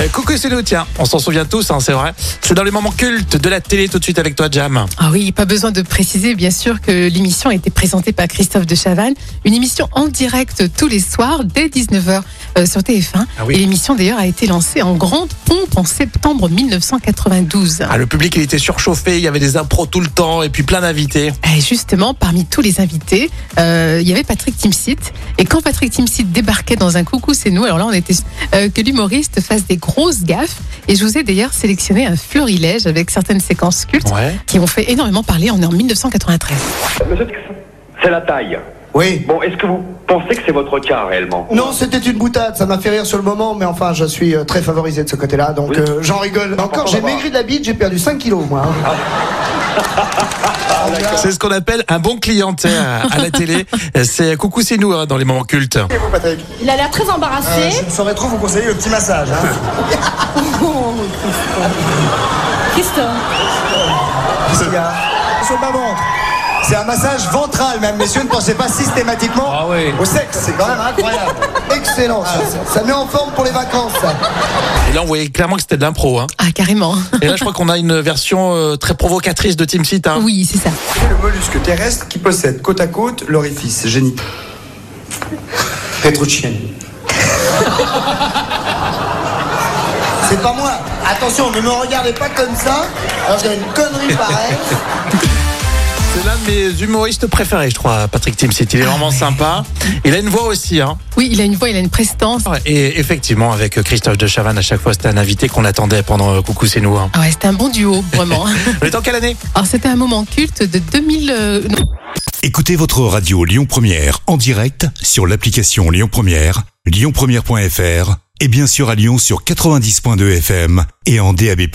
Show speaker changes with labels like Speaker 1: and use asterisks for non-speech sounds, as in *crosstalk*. Speaker 1: Euh, coucou, c'est nous, tiens. On s'en souvient tous, hein, c'est vrai. C'est dans les moments cultes de la télé tout de suite avec toi, Jam.
Speaker 2: Ah oui, pas besoin de préciser, bien sûr, que l'émission a été présentée par Christophe de Chavannes. Une émission en direct tous les soirs dès 19h euh, sur TF1.
Speaker 1: Ah oui.
Speaker 2: Et l'émission, d'ailleurs, a été lancée en grande pompe en septembre 1992.
Speaker 1: Ah, le public, il était surchauffé, il y avait des impros tout le temps et puis plein d'invités.
Speaker 2: Et justement, parmi tous les invités, euh, il y avait Patrick Timsit. Et quand Patrick Timsit débarquait dans un coucou, c'est nous, alors là, on était euh, que l'humoriste fasse des grosses gaffes. Et je vous ai d'ailleurs sélectionné un florilège avec certaines séquences cultes
Speaker 1: Ouais.
Speaker 2: qui ont fait énormément parler. On est en 1993.
Speaker 3: Monsieur Dix, c'est la taille.
Speaker 4: Oui.
Speaker 3: Bon, est-ce que vous pensez que c'est votre cas réellement
Speaker 4: Non, c'était une boutade, ça m'a fait rire sur le moment, mais enfin, je suis euh, très favorisé de ce côté-là, donc
Speaker 3: Oui.
Speaker 4: euh, j'en rigole. Encore, j'ai
Speaker 3: pourquoi pas
Speaker 4: maigri de la bite, j'ai perdu 5 kilos, moi. hein. Ah,
Speaker 1: C'est ce qu'on appelle un bon client tiens, à la télé. Euh, C'est coucou, c'est nous, hein, dans les moments cultes.
Speaker 5: Il a l'air très embarrassé.
Speaker 4: Je ne saurais trop vous conseiller le petit massage. *laughs* hein.
Speaker 5: Christophe.
Speaker 4: Il y a- Sur le bas-ventre. C'est un massage ventral, même, messieurs, ne pensez pas systématiquement
Speaker 1: Ah oui.
Speaker 4: au sexe, c'est quand même incroyable. Ah, Excellent, ça. ça met en forme pour les vacances. ça.
Speaker 1: Et là, on voyait clairement que c'était de l'impro. Hein.
Speaker 2: Ah, carrément.
Speaker 1: Et là, je crois qu'on a une version euh, très provocatrice de Team Seat. Hein.
Speaker 2: Oui, c'est ça.
Speaker 6: le mollusque terrestre qui possède côte à côte l'orifice génital.
Speaker 4: Petrucciani. C'est pas moi. Attention, ne me regardez pas comme ça. Alors j'ai une connerie pareille.
Speaker 1: C'est l'un de mes humoristes préférés, je crois, Patrick Team Seat. Il est vraiment sympa. Il a une voix aussi. Hein.
Speaker 2: Oui, il a une voix, il a une prestance.
Speaker 1: Ouais, Et effectivement, avec Christophe de Chavannes, à chaque fois, c'était un invité qu'on attendait pendant euh, Coucou, c'est nous. Hein.
Speaker 2: Ah ouais, c'était un bon duo, vraiment.
Speaker 1: On est en quelle année
Speaker 2: Alors, c'était un moment culte de 2000. euh, non,
Speaker 7: Écoutez votre radio Lyon Première en direct sur l'application Lyon Première, lyonpremière.fr et bien sûr à Lyon sur 90.2 FM et en DAB+.